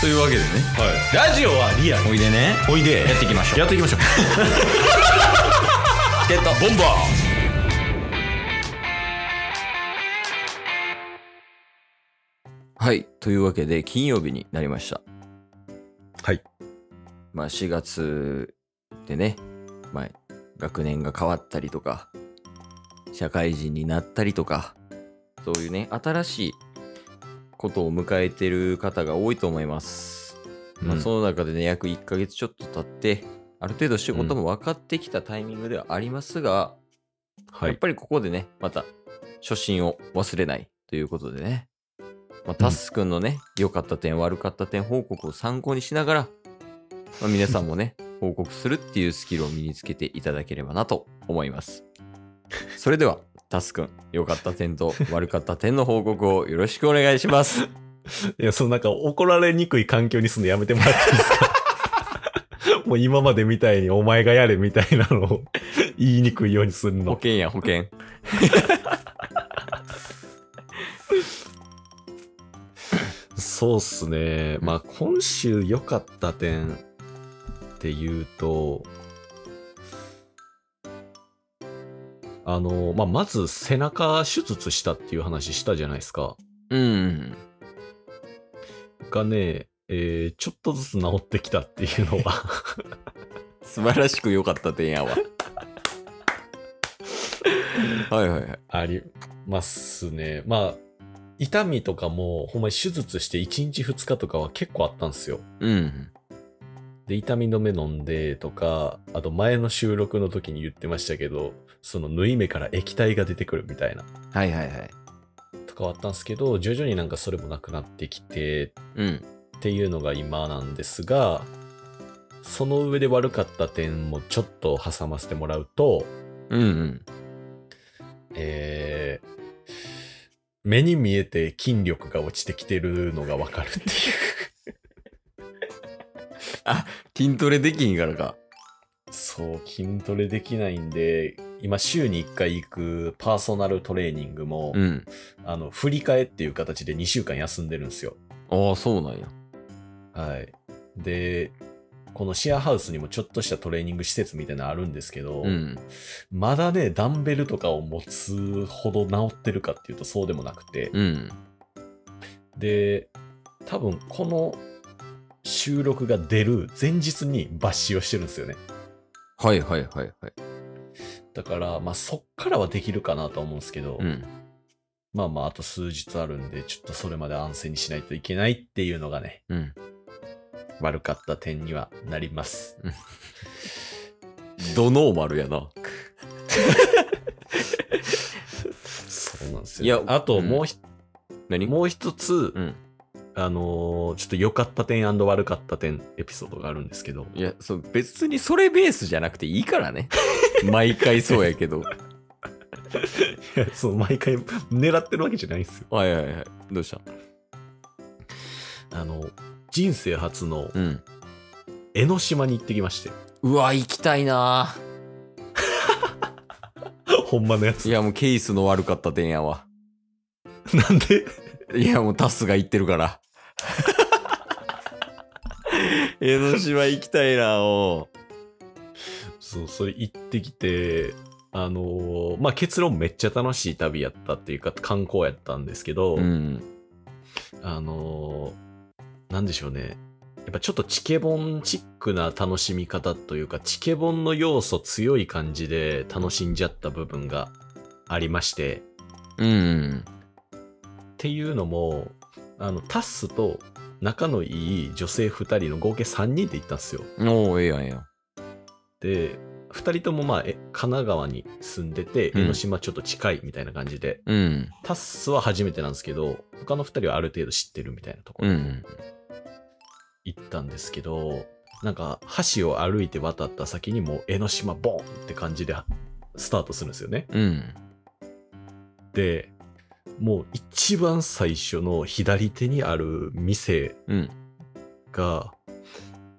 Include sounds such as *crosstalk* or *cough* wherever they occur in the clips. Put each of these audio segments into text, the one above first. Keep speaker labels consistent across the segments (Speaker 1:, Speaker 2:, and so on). Speaker 1: というわけでね
Speaker 2: ラジオはリアル
Speaker 1: おいでね
Speaker 2: おいで
Speaker 1: やっていきましょう
Speaker 2: やっていきましょう
Speaker 1: チケットボンバーはいというわけで金曜日になりました
Speaker 2: はい
Speaker 1: まあ4月でね、まあ、学年が変わったりとか社会人になったりとかそういうね新しいことを迎えてる方が多いと思います、まあ、
Speaker 2: うん
Speaker 1: その中でね約1ヶ月ちょっと経ってある程度仕事も分かってきたタイミングではありますが、
Speaker 2: は
Speaker 1: やっぱりここでね、また初心を忘れないということでね、まあ、タス君のね、良かった点、悪かった点報告を参考にしながら、まあ、皆さんもね、 *laughs* 報告するっていうスキルを身につけていただければなと思います。それでは、タス君、良かった点と悪かった点の報告をよろしくお願いし *laughs* ます。
Speaker 2: いやそのなんか怒られにくい環境にすんのやめてもらっていいです *laughs* かもう今までみたいにお前がやれみたいなのを *laughs* 言いにくいようにする
Speaker 1: 保
Speaker 2: の
Speaker 1: 険や保険。
Speaker 2: そうっすねまあ今週良かった点っていうとあの、まあ、まず背中手術したっていう話したじゃないですか
Speaker 1: うん。
Speaker 2: がね、えーちょっとずつ治ってきたっていうのは
Speaker 1: 素晴らしく良かった点や *laughs* わ。はいはいはい。
Speaker 2: ありますね。まあ、痛みとかも、ほんまに手術して1日2日とかは結構あったんですよ。
Speaker 1: うん。
Speaker 2: で、痛み止め飲んでとか、あと前の収録の時に言ってましたけど、その縫い目から液体が出てくるみたいな、
Speaker 1: はいはいはい。
Speaker 2: とかはあったんですけど、徐々になんかそれもなくなってきて、
Speaker 1: うん。
Speaker 2: っていうのが今なんですが、その上で悪かった点もちょっと挟ませてもらうと、
Speaker 1: うんうん。
Speaker 2: えー目に見えて筋力が落ちてきてるのがわかるっていう。
Speaker 1: 筋トレできんからか。
Speaker 2: *laughs* そう、筋トレできないんで、今週に1回行くパーソナルトレーニングも、
Speaker 1: ん。
Speaker 2: あの、振り替えっていう形で2週間休んでるんですよ。
Speaker 1: ああ、そうなんや。
Speaker 2: はい。で、このシェアハウスにもちょっとしたトレーニング施設みたいなのあるんですけど、
Speaker 1: うん。
Speaker 2: まだね、ダンベルとかを持つほど治ってるかっていうとそうでもなくて、
Speaker 1: うん。
Speaker 2: で多分この収録が出る前日に抜歯をしてるんですよね
Speaker 1: はいはいはいはい。
Speaker 2: だからまあそっからはできるかなとは思うんですけど、
Speaker 1: うん。
Speaker 2: まあまああと数日あるんでちょっとそれまで安静にしないといけないっていうのがね
Speaker 1: うん。
Speaker 2: 悪かった点にはなります
Speaker 1: ドノーマルやな。
Speaker 2: そうなんですよ、
Speaker 1: い
Speaker 2: ね、
Speaker 1: や
Speaker 2: あともう,、
Speaker 1: 何
Speaker 2: もう一つ、
Speaker 1: うん。
Speaker 2: あのーちょっと良かった点悪かった点エピソードがあるんですけ *laughs* ど
Speaker 1: いや、そう、別にそれベースじゃなくていいから *laughs* ね。毎回そうやけど。
Speaker 2: いやそう毎回 *laughs* 狙ってるわけじゃないんですよ
Speaker 1: はいはいはい。どうした
Speaker 2: あの人生初の
Speaker 1: うん。
Speaker 2: 江ノ島に行ってきまして *laughs*
Speaker 1: うわ、行きたいな
Speaker 2: ほんまのや
Speaker 1: い
Speaker 2: つ。
Speaker 1: や、もうケースの悪かった点やわ。
Speaker 2: なんで
Speaker 1: いや、もうタスが言ってるから。 *laughs* 江ノ島行きたいなお
Speaker 2: そう、それ行ってきて、あのーまあ、結論めっちゃ楽しい旅やったっていうか、観光やったんですけど、
Speaker 1: うん。
Speaker 2: あのーなんでしょうね。やっぱちょっとチケボンチックな楽しみ方というか、チケボンの要素強い感じで楽しんじゃった部分がありまして、
Speaker 1: うん。
Speaker 2: っていうのも、あの、タッスと仲のいい女性2人の合計3人で行ったんですよ。
Speaker 1: おー、ええやんええやん。
Speaker 2: で2人ともまあえ神奈川に住んでて
Speaker 1: うん
Speaker 2: 江ノ島ちょっと近いみたいな感じで、
Speaker 1: うん。
Speaker 2: タッスは初めてなんですけど他の2人はある程度知ってるみたいなとこ
Speaker 1: う
Speaker 2: ろ
Speaker 1: ん。
Speaker 2: 行ったんですけど、なんか橋を歩いて渡った先にもう江ノ島ボーンって感じでスタートするんですよね
Speaker 1: うん。
Speaker 2: でもう一番最初の左手にある店
Speaker 1: うん。
Speaker 2: が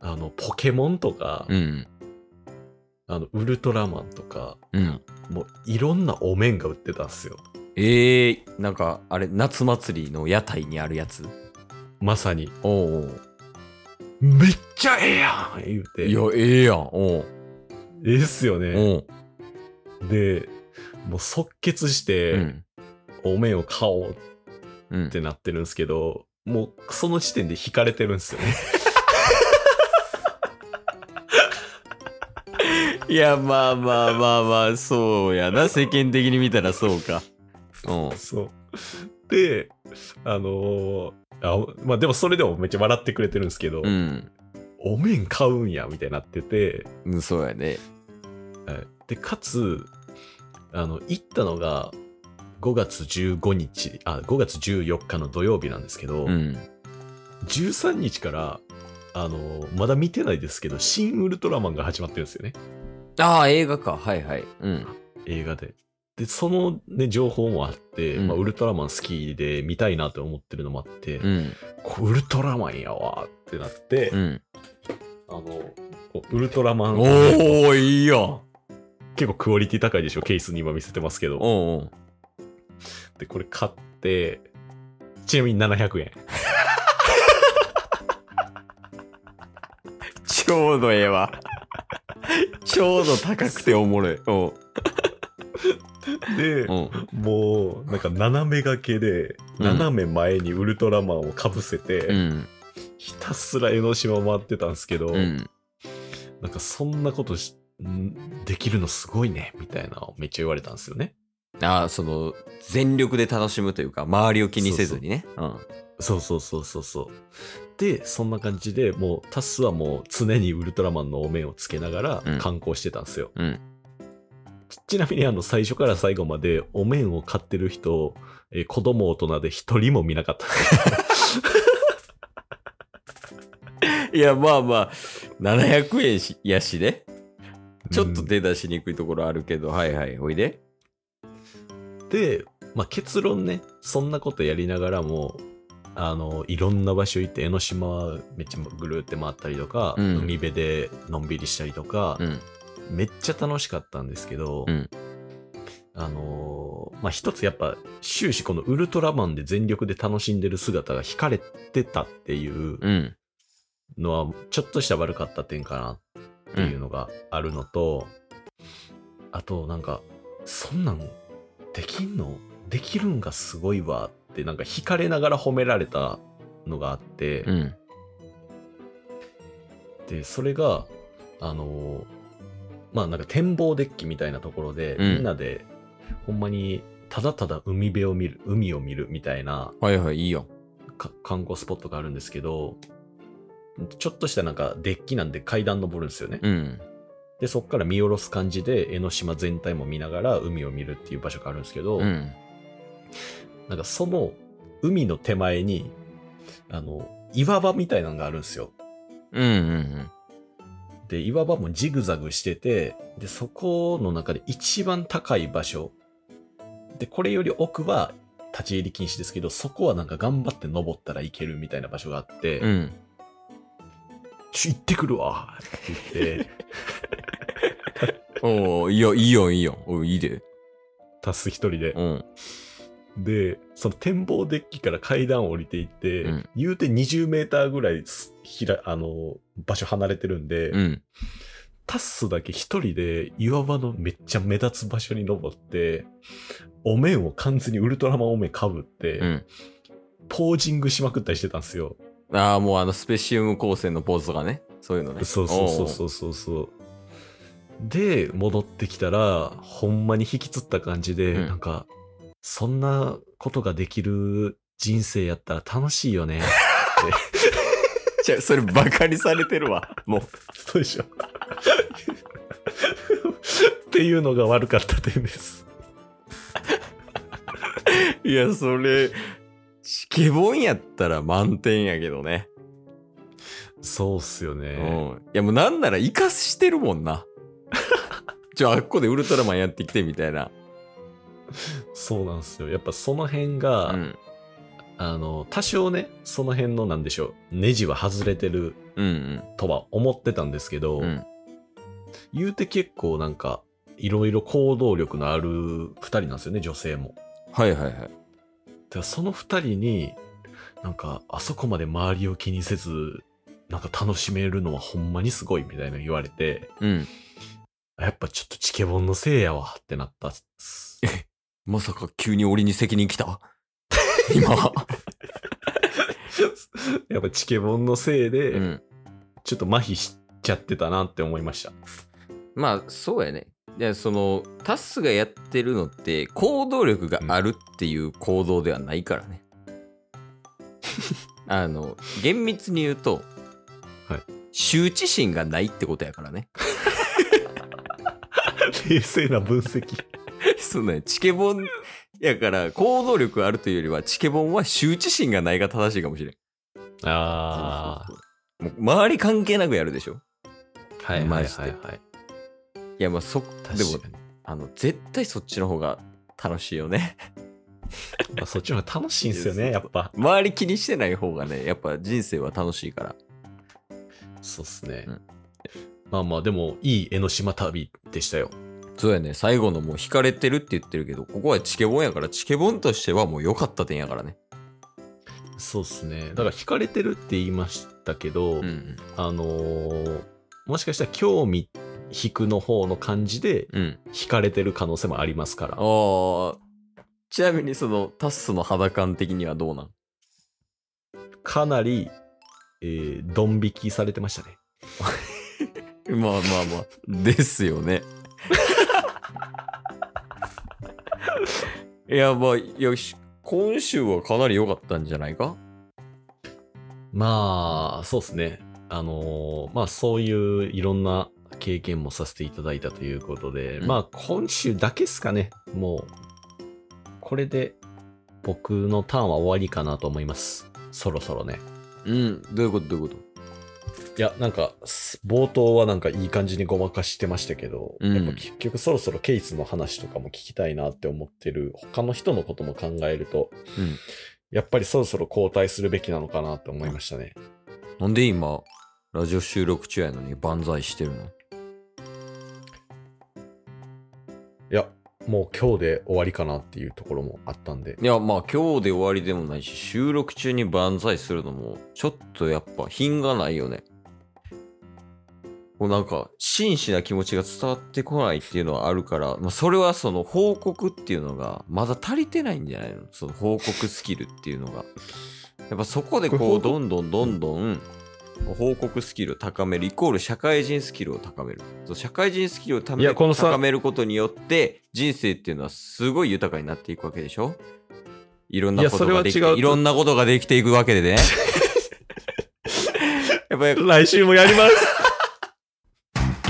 Speaker 2: あのポケモンとか、
Speaker 1: うん。
Speaker 2: あのウルトラマンとか
Speaker 1: うん。
Speaker 2: もういろんなお面が売ってたんですよ
Speaker 1: ええー、なんか、あれ、夏祭りの屋台にあるやつ
Speaker 2: まさに
Speaker 1: おうおう。
Speaker 2: めっちゃええやん言うて。
Speaker 1: いや、ええやん。おう
Speaker 2: ええっすよね。
Speaker 1: おう
Speaker 2: で、もう即決し
Speaker 1: う
Speaker 2: て、
Speaker 1: ん。
Speaker 2: お面を買おうっ
Speaker 1: うん
Speaker 2: て。なってるんですけど、もうその時点で引かれてるんですよ
Speaker 1: *laughs*
Speaker 2: ね。
Speaker 1: いや、まあまあまあまあ、そうや *laughs* な。世間的に見たらそうか。うん。
Speaker 2: そう。で、あのーあまあでもそれでもめっちゃ笑ってくれてるんですけど、
Speaker 1: うん。
Speaker 2: お面買うんや、みたいになってて、
Speaker 1: うんそうやね。
Speaker 2: はいで、かつ、あの、行ったのが、5月15日、あ、5月14日の土曜日なんですけど、
Speaker 1: うん。
Speaker 2: 13日から、あの、まだ見てないですけど、新ウルトラマンが始まってるんですよね。
Speaker 1: ああ、映画か。はいはい。うん。
Speaker 2: 映画で。で、そのね、情報もあって、
Speaker 1: うん
Speaker 2: まあ、ウルトラマン好きで見たいなと思ってるのもあって、
Speaker 1: うん。
Speaker 2: こうウルトラマンやわってなって、
Speaker 1: うん。
Speaker 2: あの、こうウルトラマン、
Speaker 1: おー、いいやん。お
Speaker 2: 結構クオリティ高いでしょ、ケースに今見せてますけど。
Speaker 1: うおう。
Speaker 2: で、これ買って、ちなみに700円。
Speaker 1: ちょうどええ *laughs* わ。ちょうど高くておもろい。おう
Speaker 2: で、
Speaker 1: おう
Speaker 2: もう、なんか斜め掛けで、
Speaker 1: うん
Speaker 2: 斜め前にウルトラマンをかぶせて、
Speaker 1: うん。
Speaker 2: ひたすら江ノ島回ってたんですけど、
Speaker 1: うん。
Speaker 2: なんかそんなことしんできるのすごいね、みたいなのをめっちゃ言われたんですよね。
Speaker 1: ああ、その、全力で楽しむというか、周りを気にせずにね。うん。
Speaker 2: そうそうそうそうそう。で、そんな感じでもうタスはもう常にウルトラマンのお面をつけながら
Speaker 1: うん
Speaker 2: 観光してたんですよ。
Speaker 1: うん
Speaker 2: ちちなみにあの最初から最後までお面を買ってる人、えー子供大人で一人も見なかった。
Speaker 1: いや、まあまあ、700円しやしね。ちょっと手出しにくいところあるけど、はいはい、おいで。
Speaker 2: で、まあ、結論ねそんなことやりながらもあのいろんな場所行って江ノ島めっちゃぐるーって回ったりとか、
Speaker 1: うん
Speaker 2: 海辺でのんびりしたりとか
Speaker 1: う、ん。
Speaker 2: めっちゃ楽しかったんですけど、
Speaker 1: うん
Speaker 2: あのーまあ一つやっぱ終始このウルトラマンで全力で楽しんでる姿が惹かれてたっていう
Speaker 1: うん。
Speaker 2: のはちょっとした悪かった点かなっていうのがあるのと、あとなんかそんなんできんのできるんがすごいわってなんか惹かれながら褒められたのがあって、
Speaker 1: うん。
Speaker 2: でそれがあのまあなんか展望デッキみたいなところで、
Speaker 1: うん
Speaker 2: みんなでほんまにただただ海辺を見る海を見るみたいな
Speaker 1: はいはい、いいよ。
Speaker 2: か観光スポットがあるんですけどちょっとしたなんかデッキなんで階段登るんですよね、
Speaker 1: うん。
Speaker 2: でそこから見下ろす感じで江ノ島全体も見ながら海を見るっていう場所があるんですけど、
Speaker 1: うん。
Speaker 2: なんかその海の手前にあの岩場みたいなのがあるんですよ
Speaker 1: うんうん
Speaker 2: で岩場もジグザグしててでそこの中で一番高い場所でこれより奥は立ち入り禁止ですけどそこはなんか頑張って登ったらいけるみたいな場所があって「
Speaker 1: うん。うん。
Speaker 2: ちょ行ってくるわ」って言
Speaker 1: *laughs*
Speaker 2: って
Speaker 1: おーいいよ、いいよ、いいよ。おういいで。
Speaker 2: タス一人で
Speaker 1: うん。
Speaker 2: で、その展望デッキから階段を降りていって、
Speaker 1: うん
Speaker 2: 言うて20メーターぐらいすひら、あの、場所離れてるんで、
Speaker 1: うん。
Speaker 2: タッスだけ一人で岩場のめっちゃ目立つ場所に登って、お面を完全にウルトラマンお面かぶって、
Speaker 1: うん。
Speaker 2: ポージングしまくったりしてたんですよ。
Speaker 1: ああ、もうあの、スペシウム光線のポーズとかね。そういうのね。
Speaker 2: そうそうそうそうそうそう。で、戻ってきたら、ほんまに引きつった感じで、
Speaker 1: うん
Speaker 2: なんか、そんなことができる人生やったら楽しいよね。
Speaker 1: おうじゃあそれ、バカにされてるわ。もう。
Speaker 2: そうでしょ。っていうのが悪かった点です。
Speaker 1: いや、それ、チケボンやったら満点やけどね。
Speaker 2: そうっすよね。
Speaker 1: うん。いや、もうなんなら生かしてるもん *laughs* な。ちょ、あっこでウルトラマンやってきてみたいな。
Speaker 2: そうなんですよ。やっぱその辺
Speaker 1: う
Speaker 2: が、
Speaker 1: ん。
Speaker 2: あの、多少ね、その辺のなんでしょう、ネジは外れてる
Speaker 1: うん
Speaker 2: とは思ってたんですけど、
Speaker 1: うん。うん。
Speaker 2: 言うて結構なんか、いろいろ行動力のある二人なんですよね、女性も。
Speaker 1: はいはいはい。
Speaker 2: だからその二人に、なんか、あそこまで周りを気にせず、なんか楽しめるのはほんまにすごいみたいなの言われて、
Speaker 1: うん。
Speaker 2: やっぱちょっとチケボンのせいやわってなったっ *laughs* す。
Speaker 1: まさか急に俺に責任来 *laughs* た *laughs* 今。
Speaker 2: やっぱチケボンのせいで、
Speaker 1: うん。
Speaker 2: ちょっと麻痺しちゃってたなって思いました。 *laughs*
Speaker 1: まあ、そうやね。で、その、タスがやってるのって、行動力があるっていう行動ではないから
Speaker 2: *laughs*
Speaker 1: ね。あの、厳密に言うと、
Speaker 2: はい
Speaker 1: 羞恥心がないってことやからね。 *laughs*
Speaker 2: 冷静な分析。
Speaker 1: そうね、チケボンやから、行動力あるというよりは、チケボンは羞恥心がないが正しいかもしれん。
Speaker 2: *laughs* あ
Speaker 1: もう周り関係なくやるでしょ。
Speaker 2: あ、はいはいはいはい。
Speaker 1: いや、まあ、そ、でも
Speaker 2: 確、かに。
Speaker 1: あの、絶対そっちの方が楽しいよね。
Speaker 2: まあ、そっちの方が楽しいんですよね、やっぱ。
Speaker 1: 周り気にしてない方がね、やっぱ人生は楽しいから。
Speaker 2: そうっすね。
Speaker 1: うん
Speaker 2: まあまあ、でも、いい江ノ島旅でしたよ。
Speaker 1: そうやね、最後のもう惹かれてるって言ってるけど、ここはチケボンやから、チケボンとしてはもう良かった点やからね。
Speaker 2: そうっすね。だから、惹かれてるって言いましたけど、
Speaker 1: うん
Speaker 2: あのーもしかしたら興味引くの方の感じで、
Speaker 1: うん。うん。
Speaker 2: 惹かれてる可能性もありますから。
Speaker 1: ああ。ちなみにそのタッスの肌感的にはどうなん
Speaker 2: かなり、えー、ドン引きされてましたね。
Speaker 1: まあまあまあ。 *laughs* ですよね。いや、まあ、よし。今週はかなり良かったんじゃないか
Speaker 2: まあ、そうですね。あのーまあそういういろんな経験もさせていただいたということで、
Speaker 1: うん
Speaker 2: まあ今週だけですかね。もう、これで僕のターンは終わりかなと思います。そろそろね。
Speaker 1: うん。どういうことどういうこと
Speaker 2: いや、なんか、す冒頭はなんかいい感じにごまかしてましたけど、
Speaker 1: うん
Speaker 2: やっぱ結局そろそろケイスの話とかも聞きたいなって思ってる、他の人のことも考えると、
Speaker 1: うん
Speaker 2: やっぱりそろそろ交代するべきなのかなと思いましたね。
Speaker 1: なんで今、ラジオ収録中やのに万歳してるの
Speaker 2: いや、もう今日で終わりかなっていうところもあったんで。
Speaker 1: いや、まあ今日で終わりでもないし、収録中に万歳するのも、ちょっとやっぱ品がないよね。こうなんか、真摯な気持ちが伝わってこないっていうのはあるから、まあそれはその報告っていうのが、まだ足りてないんじゃないのその報告スキルっていうのが。やっぱそこで
Speaker 2: これ
Speaker 1: こ
Speaker 2: 報
Speaker 1: う、
Speaker 2: 告
Speaker 1: どんどんどんどん、報告スキルを高めるイコール社会人スキルを高めるそう社会人スキルをため
Speaker 2: いやこのさ
Speaker 1: 高めることによって人生っていうのはすごい豊かになっていくわけでしょいろんなことができて
Speaker 2: いやそれは違うと
Speaker 1: いろんなことができていくわけ
Speaker 2: *laughs*
Speaker 1: でねやっぱり
Speaker 2: 来週もやります
Speaker 1: *laughs*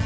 Speaker 3: す